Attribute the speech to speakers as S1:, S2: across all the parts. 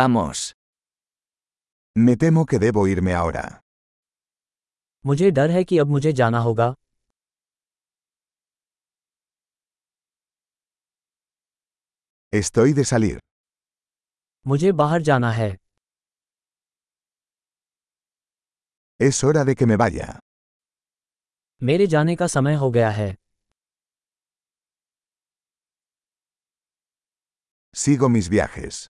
S1: Vamos.
S2: Me temo que debo irme ahora.
S3: मुझे डर है कि अब मुझे जाना होगा
S2: Estoy de salir.
S3: मुझे बाहर जाना है
S2: Es hora de que me vaya.
S3: मेरे जाने का समय हो गया है
S2: Sigo mis viajes.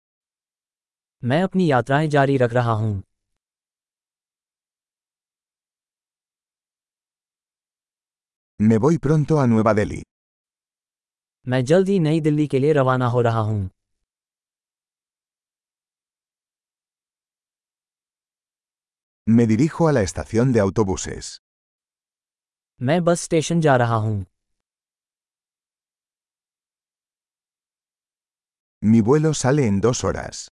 S3: मैं अपनी यात्राएं जारी रख रहा हूँ
S2: Me voy pronto a Nueva Delhi.
S3: मैं जल्द ही नई दिल्ली के लिए रवाना हो रहा हूँ
S2: Me dirijo a la estación de autobuses.
S3: मैं बस स्टेशन जा रहा हूँ
S2: Mi vuelo sale en dos horas.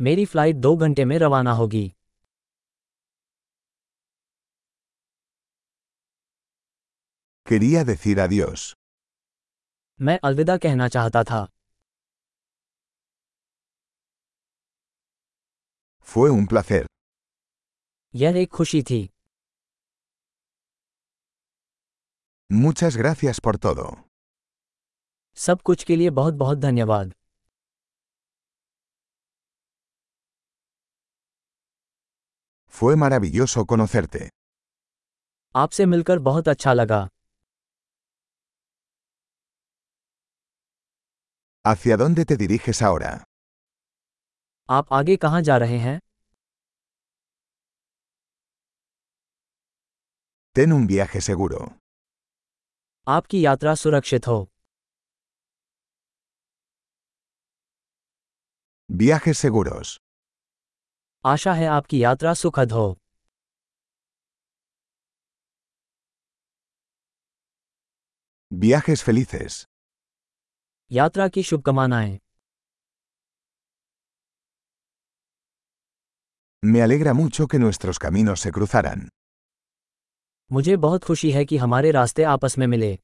S3: मेरी फ्लाइट दो घंटे में रवाना होगी
S2: Quería decir adiós.
S3: मैं अलविदा कहना चाहता था
S2: Fue un placer.
S3: यह एक खुशी थी
S2: Muchas gracias por todo.
S3: सब कुछ के लिए बहुत बहुत धन्यवाद
S2: Fue maravilloso conocerte.
S3: आपसे मिलकर बहुत अच्छा लगा
S2: ¿Hacia dónde te diriges ahora?
S3: आप आगे कहाँ जा रहे हैं
S2: Ten un viaje seguro.
S3: आपकी यात्रा सुरक्षित हो
S2: Viajes seguros.
S3: आशा है आपकी यात्रा सुखद हो
S2: Viajes felices.
S3: यात्रा की शुभकामनाएं
S2: Me alegra mucho que nuestros caminos se cruzaran.
S3: मुझे बहुत खुशी है कि हमारे रास्ते आपस में मिले